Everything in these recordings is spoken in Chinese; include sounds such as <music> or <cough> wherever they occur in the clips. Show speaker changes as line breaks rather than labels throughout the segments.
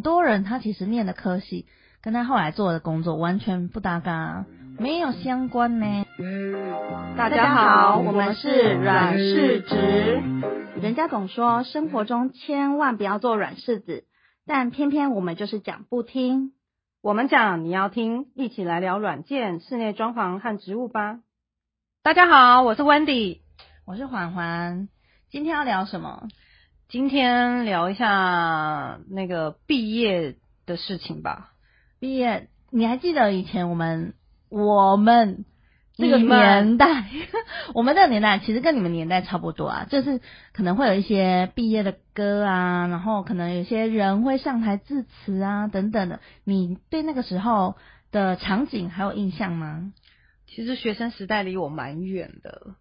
很多人他其实念的科系跟他后来做的工作完全不搭嘎，啊没有相关呢。
大家好，我们是软柿子。人家总说生活中千万不要做软柿子，但偏偏我们就是讲不听。
我们讲你要听，一起来聊软件、室内装潢和植物吧。
大家好，我是 Wendy，
我是环环，今天要聊什么？
今天聊一下那个毕业的事情吧。
毕业，你还记得以前我们我们这个
你们
年代， <laughs> 我们这个年代其实跟你们年代差不多啊，就是可能会有一些毕业的歌啊，然后可能有些人会上台致辞啊等等的。你对那个时候的场景还有印象吗？
其实学生时代离我蛮远的，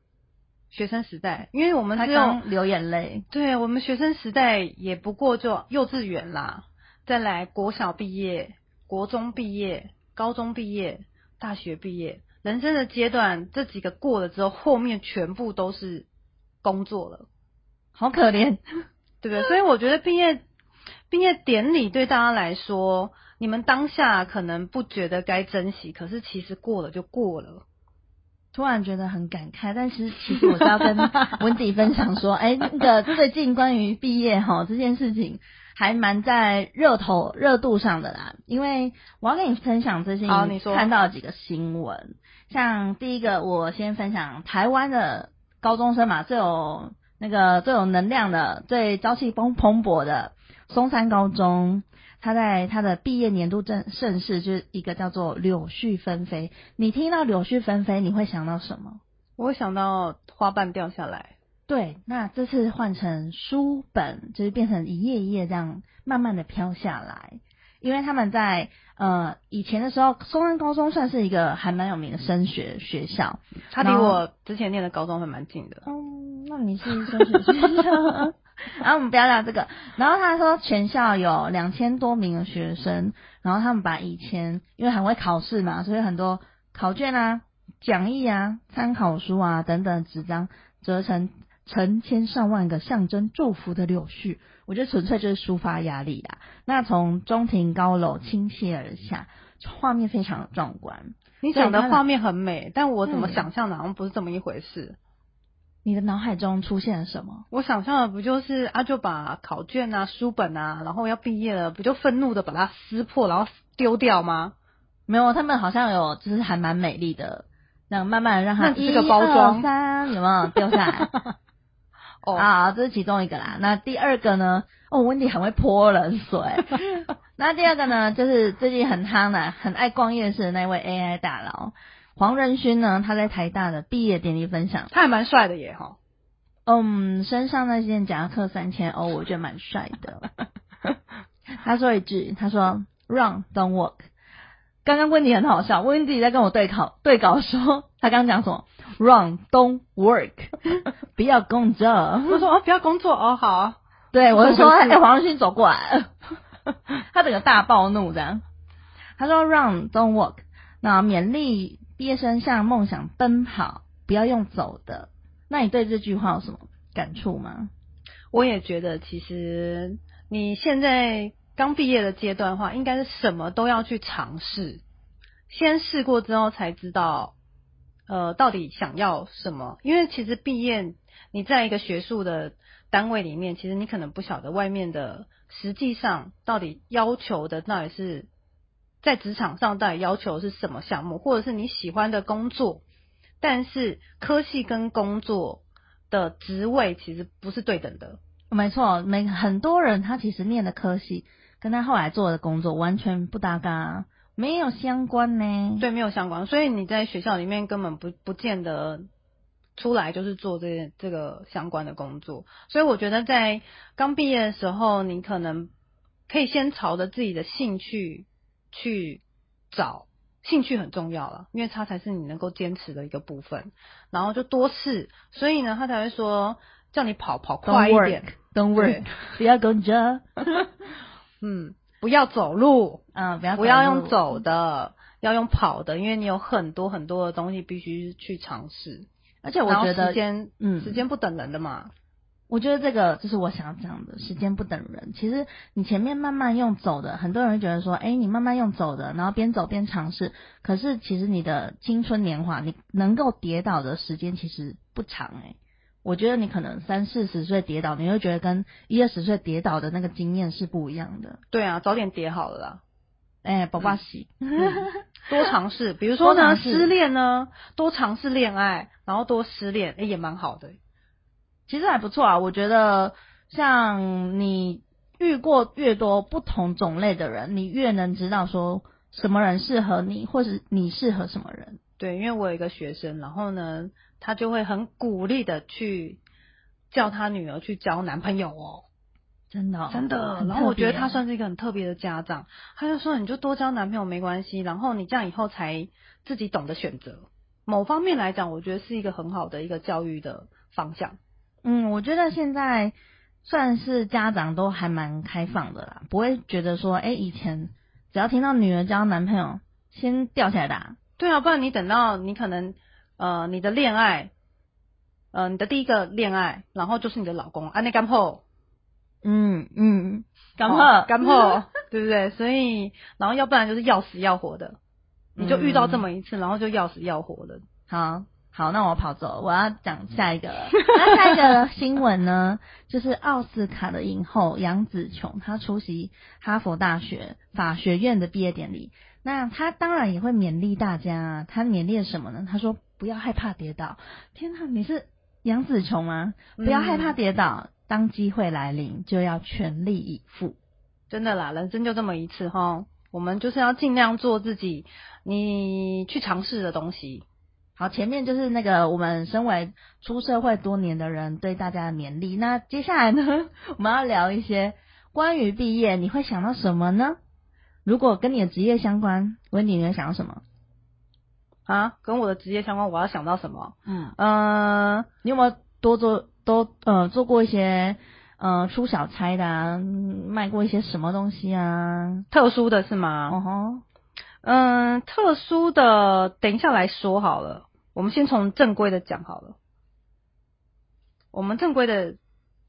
学生时代，因为我们
他
只有
刚流眼泪，
对我们学生时代也不过就幼稚园啦，再来国小毕业、国中毕业、高中毕业、大学毕业，人生的阶段这几个过了之后，后面全部都是工作了。
好可怜。
对不对？所以我觉得毕业毕业典礼对大家来说，你们当下可能不觉得该珍惜，可是其实过了就过了。
突然觉得很感慨，但是其实我是要跟文迪分享说，哎、那个最近关于毕业哈这件事情，还蛮在热头热度上的啦。因为我要跟你分享最近
好哦你说
看到几个新闻，像第一个我先分享台湾的高中生嘛，最有那个最有能量的、最朝气蓬蓬勃的松山高中，他在他的毕业年度正盛事就是一个叫做柳絮纷飞。你听到柳絮纷飞，你会想到什么？
我会想到花瓣掉下来，
对，那这次换成书本，就是变成一页一页这样慢慢的飘下来。因为他们在呃以前的时候，松山高中算是一个还蛮有名的升学学校，
它离我之前念的高中还蛮近的。
哦，那你是升学学校。然后我们不要聊这个。 <laughs> 然后他说，全校有两千多名的学生，然后他们把以前因为很会考试嘛，所以很多考卷啊、讲义啊、参考书啊等等纸张折成成千上万个象征祝福的柳絮，我觉得纯粹就是抒发压力啦。那从中庭高楼倾泻而下，画面非常的壮观。
你
对
想
它
的
的
画面很美，但我怎么
嗯
想象的好像不是这么一回事。
你的脑海中出现了什么？
我想象的不就是啊，就把考卷啊、书本啊，然后要毕业了，不就愤怒的把它撕破，然后丢掉吗？
没有，他们好像有，就是还蛮美丽的，那慢慢让它
那只是个包装
一二三有没有掉下 <laughs> 来？
哦，
啊，这是其中一个啦。那第二个呢？哦，温迪很会泼冷 <laughs> 水。那第二个呢，就是最近很夯的、很爱逛夜市的那位 AI 大佬黄仁勋呢，他在台大的毕业典礼分享，
他还蛮帅的耶哈。
嗯，身上那件夹克三千欧，我觉得蛮帅的。他说一句，他说 “Run, don't walk”。刚刚温迪很好笑，温迪在跟我对考对稿的时候，他刚刚讲什么？“Run, don't work”，不 <laughs> 要工作。
我说哦，不要工作哦，好啊。
对，我就说，
怎么回
哎、
事
黄仁勋走过来， <laughs> 他整个大暴怒这样。他说，Run, don't walk。那勉励毕业生向梦想奔跑，不要用走的。那你对这句话有什么感触吗？
我也觉得，其实你现在刚毕业的阶段的话，应该是什么都要去尝试，先试过之后才知道，呃，到底想要什么。因为其实毕业，你在一个学术的单位里面，其实你可能不晓得外面的实际上到底要求的到底是在职场上到底要求是什么项目，或者是你喜欢的工作。但是科系跟工作的职位其实不是对等的。
没错，每很多人他其实念的科系跟他后来做的工作完全不搭嘎，没有相关呢。，
对，没有相关，所以你在学校里面根本不不见得出来就是做这这个相关的工作，所以我觉得在刚毕业的时候，你可能可以先朝着自己的兴趣去找，兴趣很重要了，因为它才是你能够坚持的一个部分，然后就多试，所以呢，他才会说叫你跑跑快
Don't
一
work
点，
，Don't work，
对
不要工作，嗯、
嗯，不要走路，
呃不要
不要用
路，
走的，要用跑的，因为你有很多很多的东西必须去尝试。
而且我
然后
觉
时
得
间，
嗯
时间不等人的嘛。
我觉得这个就是我想要讲的，时间不等人。其实你前面慢慢用走的，很多人会觉得说，哎，你慢慢用走的，然后边走边尝试。可是其实你的青春年华，你能够跌倒的时间其实不长哎、我觉得你可能三四十岁跌倒，你会觉得跟一二十岁跌倒的那个经验是不一样的。
对啊，早点跌好了
<laughs>
啦。嗯
哎，宝宝洗，
多尝试，比如说呢，
多尝试
失恋呢，多尝试恋爱，然后多失恋，哎、也蛮好的。
其实还不错啊。我觉得像你遇过越多不同种类的人，你越能知道说什么人适合你，或是你适合什么人。
对，因为我有一个学生，然后呢，他就会很鼓励的去叫他女儿去交男朋友哦，
真的哦、
真的。
很
然后我
特别
觉得他算是一个很特别的家长，他就说你就多交男朋友没关系，然后你这样以后才自己懂得选择。某方面来讲，我觉得是一个很好的一个教育的方向。
嗯，我觉得现在算是家长都还蛮开放的啦，不会觉得说，哎，以前只要听到女儿交男朋友，先吊起来打。
对啊，不然你等到你可能呃你的恋爱，呃你的第一个恋爱，然后就是你的老公，安啊内干破，
嗯嗯，赶
哦
快
干破， <laughs> 对不对？所以然后要不然就是要死要活的，你就遇到这么一次，然后就要死要活的。
好好，那我跑走了，我要讲下一个了。那下一个新闻呢，就是奥斯卡的影后杨紫琼，她出席哈佛大学法学院的毕业典礼。那她当然也会勉励大家啊，她勉励了什么呢？她说不要害怕跌倒。天呐，你是杨紫琼吗？不要害怕跌倒，当机会来临就要全力以赴。
真的啦，人生就这么一次哈，我们就是要尽量做自己你去尝试的东西。
好，前面就是那个我们身为出社会多年的人对大家的勉励。那接下来呢， <laughs> 我们要聊一些关于毕业，你会想到什么呢？如果跟你的职业相关，温迪你会想到什么？
啊，跟我的职业相关，我要想到什么？
嗯，
嗯、
你有没有多做多呃做过一些呃出小差的啊，嗯卖过一些什么东西啊？
特殊的是吗？
哦吼，
嗯，特殊的等一下来说好了，我们先从正规的讲好了。我们正规的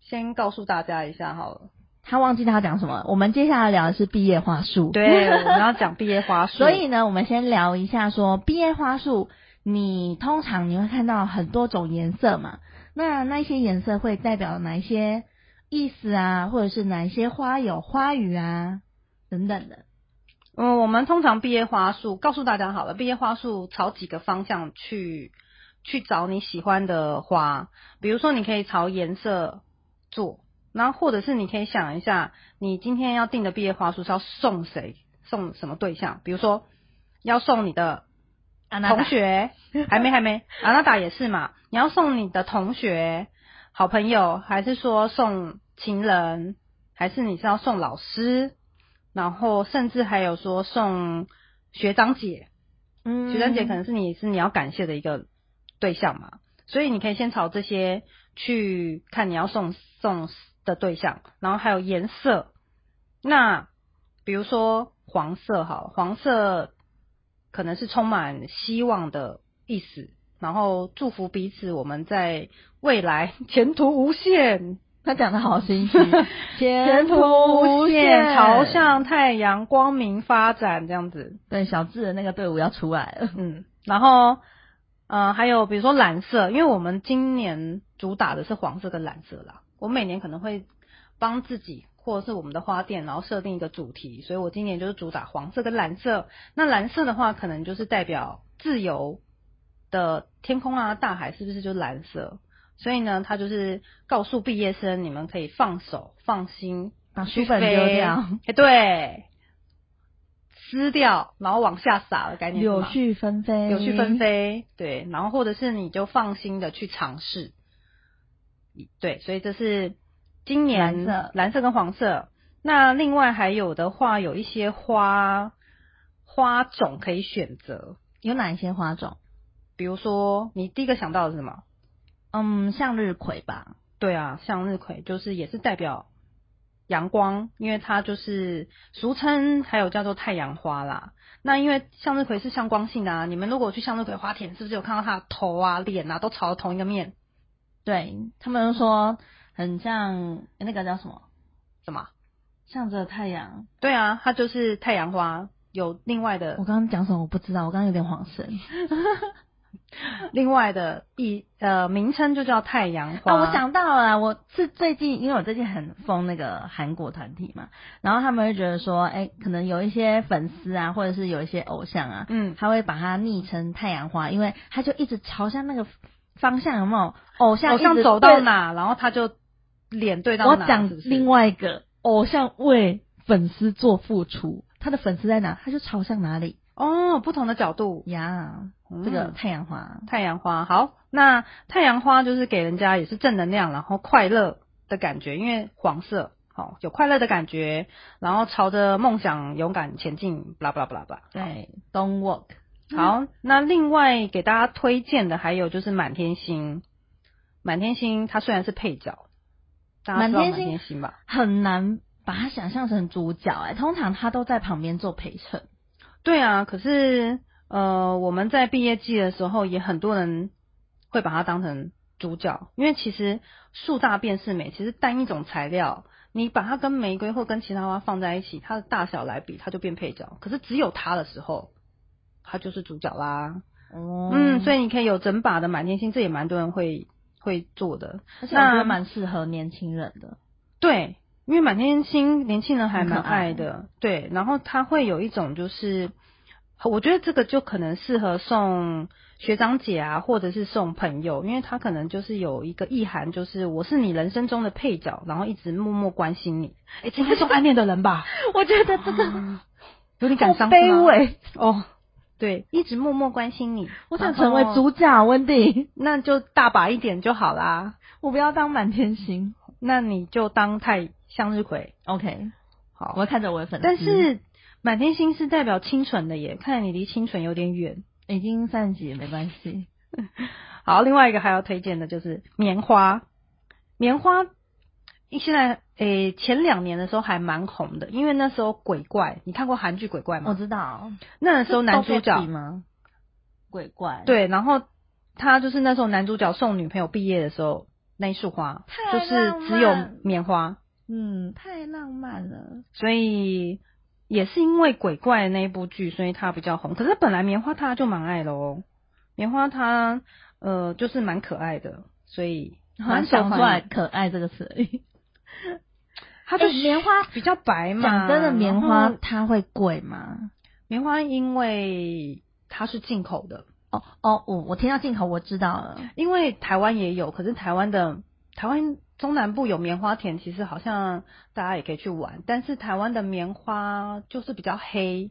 先告诉大家一下好
<laughs>
了。
他忘记他要讲什么。我们接下来聊的是毕业话术。
对，我们要讲毕
<laughs>
业花束，
所以呢，我们先聊一下说毕业花束，你通常你会看到很多种颜色嘛？那那些颜色会代表哪一些意思啊？或者是哪一些花有花语啊等等的？
嗯，我们通常毕业花束告诉大家好了，毕业花束朝几个方向去去找你喜欢的花，比如说你可以朝颜色做，然后或者是你可以想一下，你今天要定的毕业花束是要送谁，送什么对象，比如说要送你的
安娜
同学，还没还没，阿拉达也是嘛，你要送你的同学、好朋友，还是说送情人，还是你是要送老师，然后甚至还有说送学长姐，
嗯
学长姐可能是你是你要感谢的一个对象嘛，所以你可以先朝这些去看你要送送的对象，然后还有颜色。那比如说黄色好了，黄色可能是充满希望的意思，然后祝福彼此我们在未来前途无限，
他讲的好心虚，
<laughs> 前途无限，朝向太阳光明发展这样子。
对小智的那个队伍要出来了。
嗯，然后呃，还有比如说蓝色，因为我们今年主打的是黄色跟蓝色啦。我每年可能会帮自己或者是我们的花店，然后设定一个主题，所以我今年就是主打黄色跟蓝色。那蓝色的话，可能就是代表自由的天空啊，大海是不是就蓝色？所以呢，它就是告诉毕业生，你们可以放手、放心，
把书本丢掉，
哎，对，撕掉，然后往下撒的概念是吗，
柳絮纷飞，
有去纷。飞，对，然后或者是你就放心的去尝试，对，所以这是今年
蓝色
跟黄色。那另外还有的话，有一些花花种可以选择，
有哪一些花种？
比如说你第一个想到的是什么？
嗯，向日葵吧。
对啊，向日葵就是也是代表阳光，因为它就是俗称还有叫做太阳花啦。那因为向日葵是向光性的啊，你们如果去向日葵花田，是不是有看到它的头啊、脸啊都朝同一个面？
对他们就说，很像那个叫什么，
什么？
向着太阳。
对啊，它就是太阳花有另外
我
的
刚刚讲什么我不知道，我刚刚有点恍神。
另外的意呃名称就叫太阳花。
啊，我想到了啦，我是最近，因为我最近很疯那个韩国团体嘛，然后他们会觉得说，哎、可能有一些粉丝啊，或者是有一些偶像啊，
嗯，
他会把它昵称太阳花，因为他就一直朝向那个方向，有没有？偶像
偶
一
像
直
走到
对
哪，然后他就脸对到
我
哪。
讲
是不是
另外一个偶像为粉丝做付出，他的粉丝在哪，他就朝向哪里
哦，不同的角度，
呀。
嗯
这个太阳花，
太阳花。好，那太阳花就是给人家也是正能量，然后快乐的感觉，因为黄色，好、有快乐的感觉，然后朝着梦想勇敢前进，巴拉巴拉巴拉巴拉。
对，Don't walk，
好，那另外给大家推荐的还有就是满天星，满天星它虽然是配角，大家知道
满天
满
星
天星吧？
很难把他想象成主角哎、通常他都在旁边做陪衬。
对啊，可是呃，我们在毕业季的时候，也很多人会把它当成主角，因为其实树大便是美，其实单一种材料，你把它跟玫瑰或跟其他花放在一起，它的大小来比，它就变配角。可是只有它的时候，它就是主角啦。
哦
嗯，所
以
以你可以有整把的满天星，这也蛮多人会会做的。
而且我觉
那
得蛮适合年轻人的。
对，因为满天星年轻人还蛮
很可爱
爱的，对，然后他会有一种就是，我觉得这个就可能适合送学长姐啊，或者是送朋友，因为他可能就是有一个意涵，就是我是你人生中的配角，然后一直默默关心你。哎，这应该送暗恋的
<laughs>
人吧？
<laughs> 我觉得这个
有点感伤
好卑
微
微，
哦。对，一直默默关心你，
我想
然后
成为主角，温蒂，
那就大把一点就好啦。
<laughs> 我不要当满天星。
那你就当太向日葵
OK，
好
我，会看着我的粉丝，
但是满天星是代表清纯的耶，看来你离清纯有点远。
已经三级没关系。
好，另外一个还要推荐的就是棉花，棉花现在诶、前两年的时候还蛮红的，因为那时候鬼怪，你看过韩剧鬼怪
我
吗？
知道，
那时候男主
是豆
角
皮吗？鬼怪，，
对，然后他就是那时候男主角送女朋友毕业的时候那一束花，
太
就是只有
浪漫
棉花，
嗯，太浪漫了。
所以。也是因为鬼怪那一部剧，所以它比较红。可是本来棉花他就蛮爱的哦，棉花它呃就是蛮可爱的，所以
好像
蛮受
啊讲
欢
出
迎
来“可爱”这个词而已。
它就
欸棉花
比较白嘛。
讲真的，嗯棉花
然后
它会贵吗？
棉花因为它是进口的，
哦哦，我我听到进口，我知道了。
因为台湾也有，可是台湾的台湾中南部有棉花田，其实好像大家也可以去玩，但是台湾的棉花就是比较黑，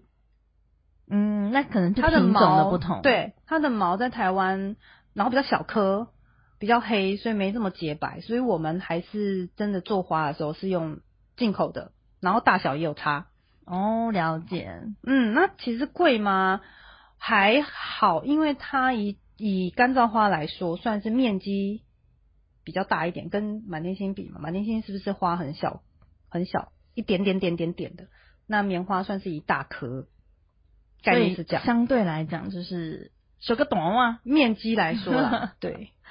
嗯，那可能就
它的
品种
毛
的不同。，
对，它的毛在台湾，然后比较小颗。比较黑，所以没这么洁白，所以我们还是真的做花的时候是用进口的，然后大小也有差。
哦，了解。
嗯，那其实贵吗？还好，因为它以以干燥花来说，算是面积比较大一点，跟满天星比嘛，满天星是不是花很小很小一点点点点点的？那棉花算是一大颗，概念是这样。
相对来讲就是学个懂 <laughs> 啊。
面积来说啦，对。
<laughs>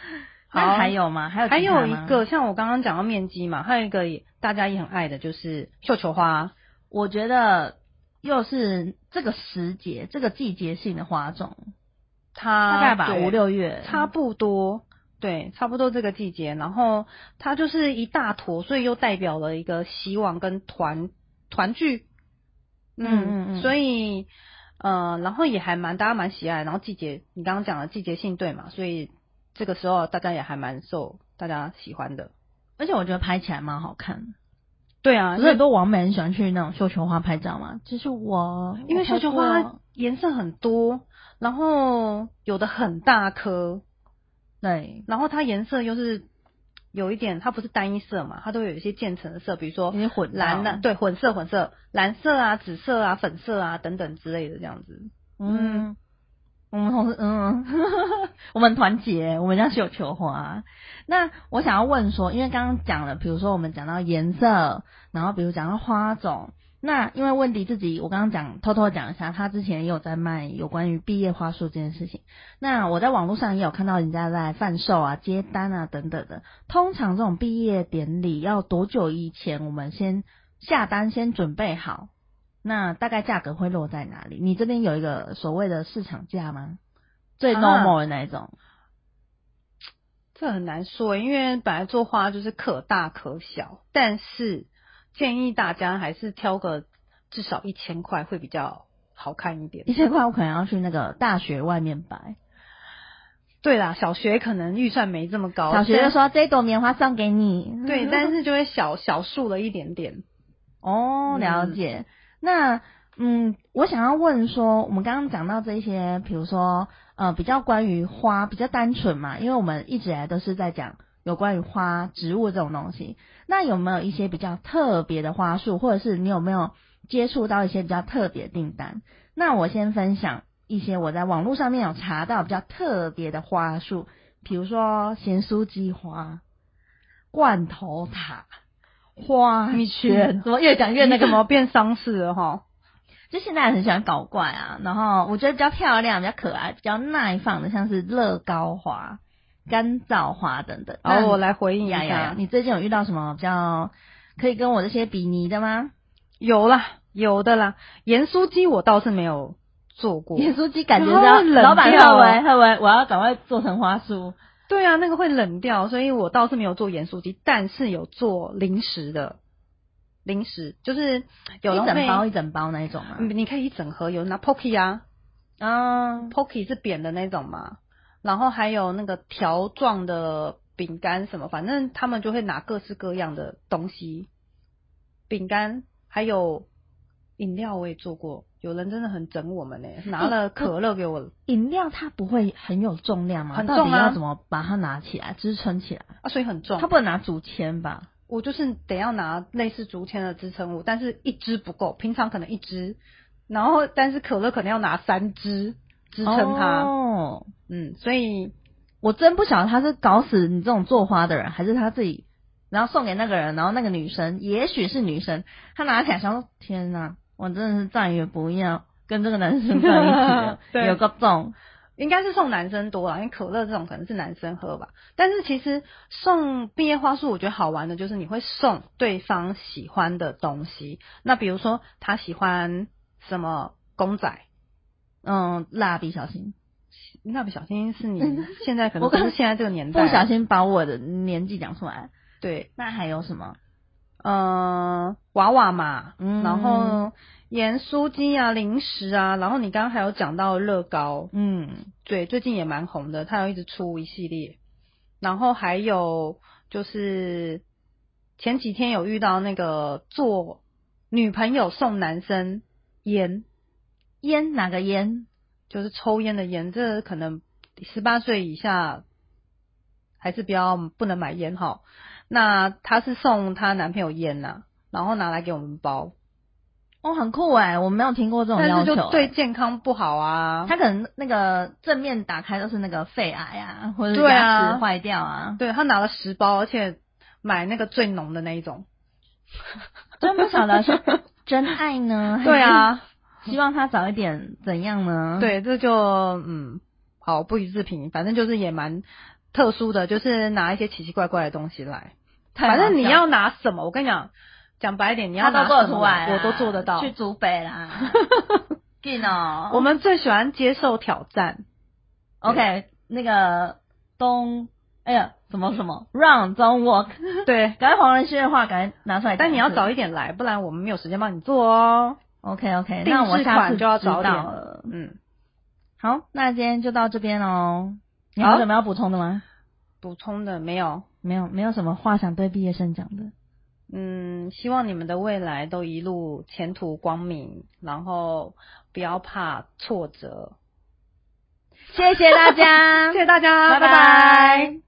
那
好
还有吗？还有
还
其他
有
吗
一，个，像我刚刚讲到面积嘛，还有一个也大家也很爱的就是绣球花，
我觉得又是这个时节、这个季节性的花种，
它
大概吧
啊对
五六月
差不多，对，差不多这个季节。然后它就是一大坨，所以又代表了一个希望跟团团聚。
嗯嗯嗯
所以呃，然后也还蛮大家蛮喜爱。然后季节，你刚刚讲了季节性对嘛，所以这个时候大家也还蛮受大家喜欢的。
而且我觉得拍起来蛮好看的。
对啊，
不
因
是很
为
多网美很喜欢去那种绣球花拍照吗？就是我，
因为
我拍
绣球
过
花颜色很多，然后有的很大颗，
对，
然后它颜色又是有一点，它不是单一色嘛，它都有一些渐层的色，比如说
有些混
蓝的，
到，嗯
对，混色混色，蓝色啊、紫色啊、粉色啊等等之类的这样子。
嗯。我们同事，嗯， <laughs> 我们团结，我们家是有球花。那我想要问说，因为刚刚讲了，比如说我们讲到颜色，然后比如讲到花种，那因为温迪自己，我刚刚讲偷偷讲一下，他之前也有在卖有关于毕业花束这件事情。那我在网络上也有看到人家在贩售啊、接单啊等等的。通常这种毕业典礼要多久以前我们先下单、先准备好？那大概价格会落在哪里？你这边有一个所谓的市场价吗？最
啊
normal 的那一种？
这很难说，因为本来做花就是可大可小，但是建议大家还是挑个至少一千块会比较好看一点
一。千块我可能要去那个大学外面摆。
对啦，小学可能预算没这么高，
小学就
但
说这朵棉花送给你。
对，但是就会小小数了一点点。
哦，了解。那嗯，我想要问说，我们刚刚讲到这些，比如说呃，比较关于花，比较单纯嘛，因为我们一直以来都是在讲有关于花、植物这种东西。那有没有一些比较特别的花束，或者是你有没有接触到一些比较特别的订单？那我先分享一些我在网络上面有查到比较特别的花束，比如说咸酥鸡花、罐头塔、花圈，怎么越讲越那
你
个 <laughs>
怎么 <laughs> 变丧事了哈？
就现在很喜欢搞怪啊，然后我觉得比较漂亮、比较可爱、比较耐放的，像是乐高花、干燥花等等。
然
那
后
你
我来回应一
呀呀呀
下，，
你最近有遇到什么比较可以跟我这些比拟的吗？
有啦，有的啦，盐酥鸡我倒是没有做过。
盐酥鸡感觉
然后
到
冷
老板
掉
贺为贺为，我要赶快做成花束。
对啊，那个会冷掉，所以我倒是没有做盐酥鸡，但是有做零食的，零食就是有
一
人
整
会
包一整包那一种吗？
嗯你可以一整盒，有人拿 pocky 啊
啊，
，pocky 是扁的那种嘛，然后还有那个条状的饼干什么，反正他们就会拿各式各样的东西，饼干还有饮料我也做过，有人真的很整我们呢、欸拿了可乐给我
饮料它不会很有重量吗？
很
到底
重啊
要怎么把它拿起来支撑起来？
啊，所以很重
它。不能拿竹签吧？
我就是得要拿类似竹签的支撑物，但是一支不够，平常可能一支，然后但是可乐可能要拿三支支撑它，
哦
嗯，所以，
我真不晓得他是搞死你这种做花的人，还是他自己，然后送给那个人，然后那个女生，也许是女生，她拿起来想说：“天哪，我真的是再也不要跟这个男生在一起 <laughs> 了
对
有个洞。
应该是送男生多啦，因为可乐这种可能是男生喝吧。但是其实送毕业花束，我觉得好玩的就是你会送对方喜欢的东西，那比如说他喜欢什么公仔。”
嗯，蜡笔小新，
蜡笔小新
<laughs>
是你现在可能
我
不
刚
是现在这个年
不
代了，
小心把我的年纪讲出来。
对，
那还有什么？
呃，娃娃嘛，
嗯
然后盐酥鸡啊、零食啊，然后你刚刚还有讲到乐高，
嗯，
对，最近也蛮红的，它有一直出一系列，然后还有就是前几天有遇到那个做女朋友送男生烟，
烟哪个烟？
就是抽烟的烟，这可能十八岁以下还是不要不能买烟哈。那她是送她男朋友烟呐、然后拿来给我们包，
哦，很酷哎、我没有听过这种
但
要
是
求、
就对，健康不好啊。
他可能那个正面打开都是那个肺癌啊，或者是
对啊
牙齿坏掉啊。
对她拿了十包，而且买那个最浓的那一
<laughs>
种。
<laughs> 真不晓得是真爱 <laughs> 呢？
对，啊，
<laughs> 希望他早一点怎样呢？，
对，这就嗯，好不予置评，反正就是也蛮特殊的，就是拿一些奇奇怪怪的东西来。
太好
反正你
笑
要拿什么，我跟你讲，讲白一点，你要
他
拿
都做
什
得
么，
出来啊，
我都做得到。
去竹北 <laughs> 啦，进哦。
<laughs> 我们最喜欢接受挑
<laughs>
战，
OK 那个东，哎呀，什么什么 Run Don't Walk，
对。
赶快黄仁勋的话赶快拿出来讲一次。
但你要早一点来，不然我们没有时间帮你做哦。
OK OK，
定
那我
制
下次
款就要
知道
早点
了。
嗯，
好，那今天就到这边哦。你
好
还有什么要补充的吗？
补充的没有。
没有，没有什么话想对毕业生讲
<laughs>
的。
嗯，希望你们的未来都一路前途光明，然后不要怕挫折。
谢谢大家，
谢谢大家，
拜拜
拜